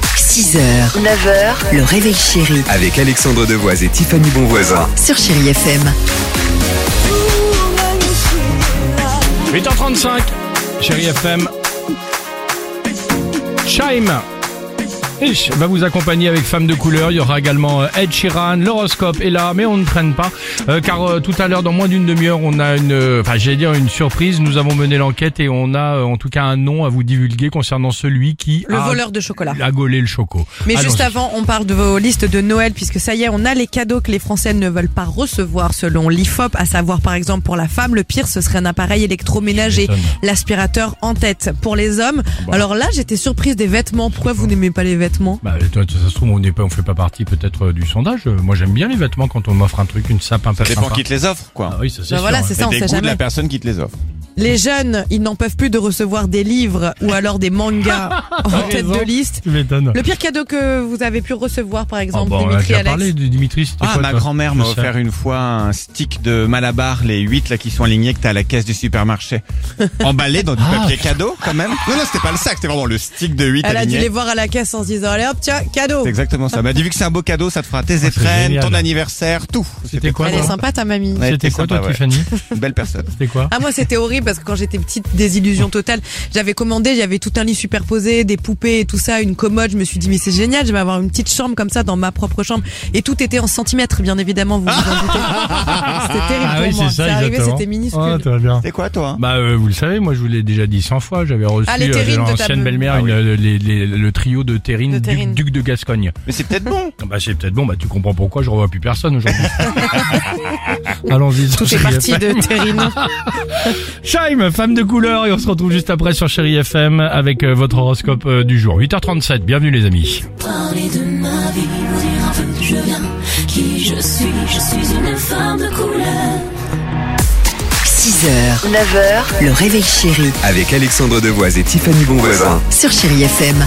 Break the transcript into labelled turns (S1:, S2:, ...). S1: 6h, 9h, le réveil chéri
S2: Avec Alexandre Devoise et Tiffany Bonvoisin.
S1: sur Chéri FM.
S3: 8h35, chérie FM. Chime. Ich va vous accompagner avec Femme de couleur. Il y aura également euh, Ed Sheeran. L'horoscope est là, mais on ne traîne pas. euh, car euh, tout à l'heure, dans moins d'une demi-heure, on a une, euh, enfin, j'allais dire une surprise. Nous avons mené l'enquête et on a, euh, en tout cas, un nom à vous divulguer concernant celui qui
S4: Le
S3: a,
S4: voleur de chocolat.
S3: a gaulé le choco.
S4: Mais
S3: Allons-y.
S4: juste avant, on parle de vos listes de Noël, puisque ça y est, on a les cadeaux que les Français ne veulent pas recevoir selon l'IFOP, à savoir par exemple pour la femme, le pire ce serait un appareil électroménager,
S3: Tu m'étonnes.
S4: l'aspirateur en tête. Pour les hommes,
S3: bah.
S4: alors là j'étais surprise des vêtements, pourquoi vous n'aimez pas les vêtements
S3: Bah, toi, ça se trouve, on n'est pas, on fait pas partie peut-être euh, du sondage. Euh, Moi, j'aime bien les vêtements quand on m'offre un truc, une sape un peu
S5: Ça dépend
S3: sympa.
S5: qui te les offre, quoi.
S3: Ah oui, ça c'est
S4: Bah
S3: sûr,
S4: voilà,
S3: ouais.
S4: c'est ça, on
S5: des
S4: sait
S5: goûts de
S4: jamais.
S5: la personne qui te les offre.
S4: Les jeunes, ils n'en peuvent plus de recevoir des livres ou alors des mangas en tête
S3: raison.
S4: de liste.
S3: Tu m'étonnes.
S4: Le pire cadeau que vous avez pu recevoir par
S3: Ah
S4: exemple,
S3: bah, on a
S4: Dimitri
S3: déjà
S4: Alex
S3: parlé de Dimitri, c'était
S5: Ah,
S3: quoi,
S5: ma
S3: toi
S5: grand-mère m'a
S3: Je sais.
S5: offert une fois un stick de Malabar, les 8 là qui sont alignés que t'as à la caisse du supermarché. Emballé dans du
S3: Ah,
S5: papier cadeau, quand même. Non, non, c'était pas le sac, c'était vraiment le stick de 8
S4: Elle a dû
S5: alignés.
S4: les voir à la caisse en se disant allez hop tiens cadeau.
S5: C'est exactement ça. M'a dit, vu que c'est un beau cadeau, ça te fera tes Oh,
S3: c'est
S5: étrennes,
S3: génial.
S5: ton anniversaire, tout.
S3: C'était quoi hein
S4: Elle est
S3: toi
S4: sympa ta mamie.
S5: Ouais,
S3: C'était
S5: t'es
S3: quoi toi,
S5: sympa, ouais.
S3: Tiffany
S5: Une belle personne.
S3: C'était quoi
S4: Ah moi c'était horrible parce que quand j'étais petite désillusion totale. J'avais commandé, j'avais tout un lit superposé, des poupées et tout ça, une commode. Je me suis dit mais c'est génial, je vais avoir une petite chambre comme ça dans ma propre chambre et tout était en centimètres bien évidemment vous vous en doutez. C'était terrible
S3: Ah
S4: pour
S3: oui,
S4: moi.
S3: c'est ça,
S4: C'est arrivé,
S3: exactement.
S4: c'était minuscule.
S3: Ah, t'as bien.
S5: C'est quoi, toi? hein
S3: Bah, euh, vous le savez, moi je vous l'ai déjà dit 100 fois, j'avais reçu
S4: Ah, les
S3: euh, de
S4: terrines de ta
S3: l'ancienne
S4: be-
S3: belle-mère
S4: Ah
S3: une,
S4: oui.
S3: euh, les- les- le trio de terrines
S4: De
S3: duc-
S4: terrines.
S3: duc de Gascogne.
S5: Mais c'est peut-être bon.
S3: Bah, c'est peut-être bon, bah tu comprends pourquoi je revois plus personne aujourd'hui. Allons-y. sur
S4: Tout est
S3: Chéri
S4: parti
S3: FM.
S4: de Terrine.
S3: Chaim, femme de couleur, et on se retrouve juste après sur Chéri FM avec euh, votre horoscope euh, du jour. 8h37, bienvenue les amis.
S6: parler de ma vie, dire un peu d'où je viens, qui je suis, je suis une femme de couleur.
S1: 6h, 9h, le réveil chéri
S2: Avec Alexandre Devoise et Tiffany Bonvoisin.
S1: sur Chéri FM.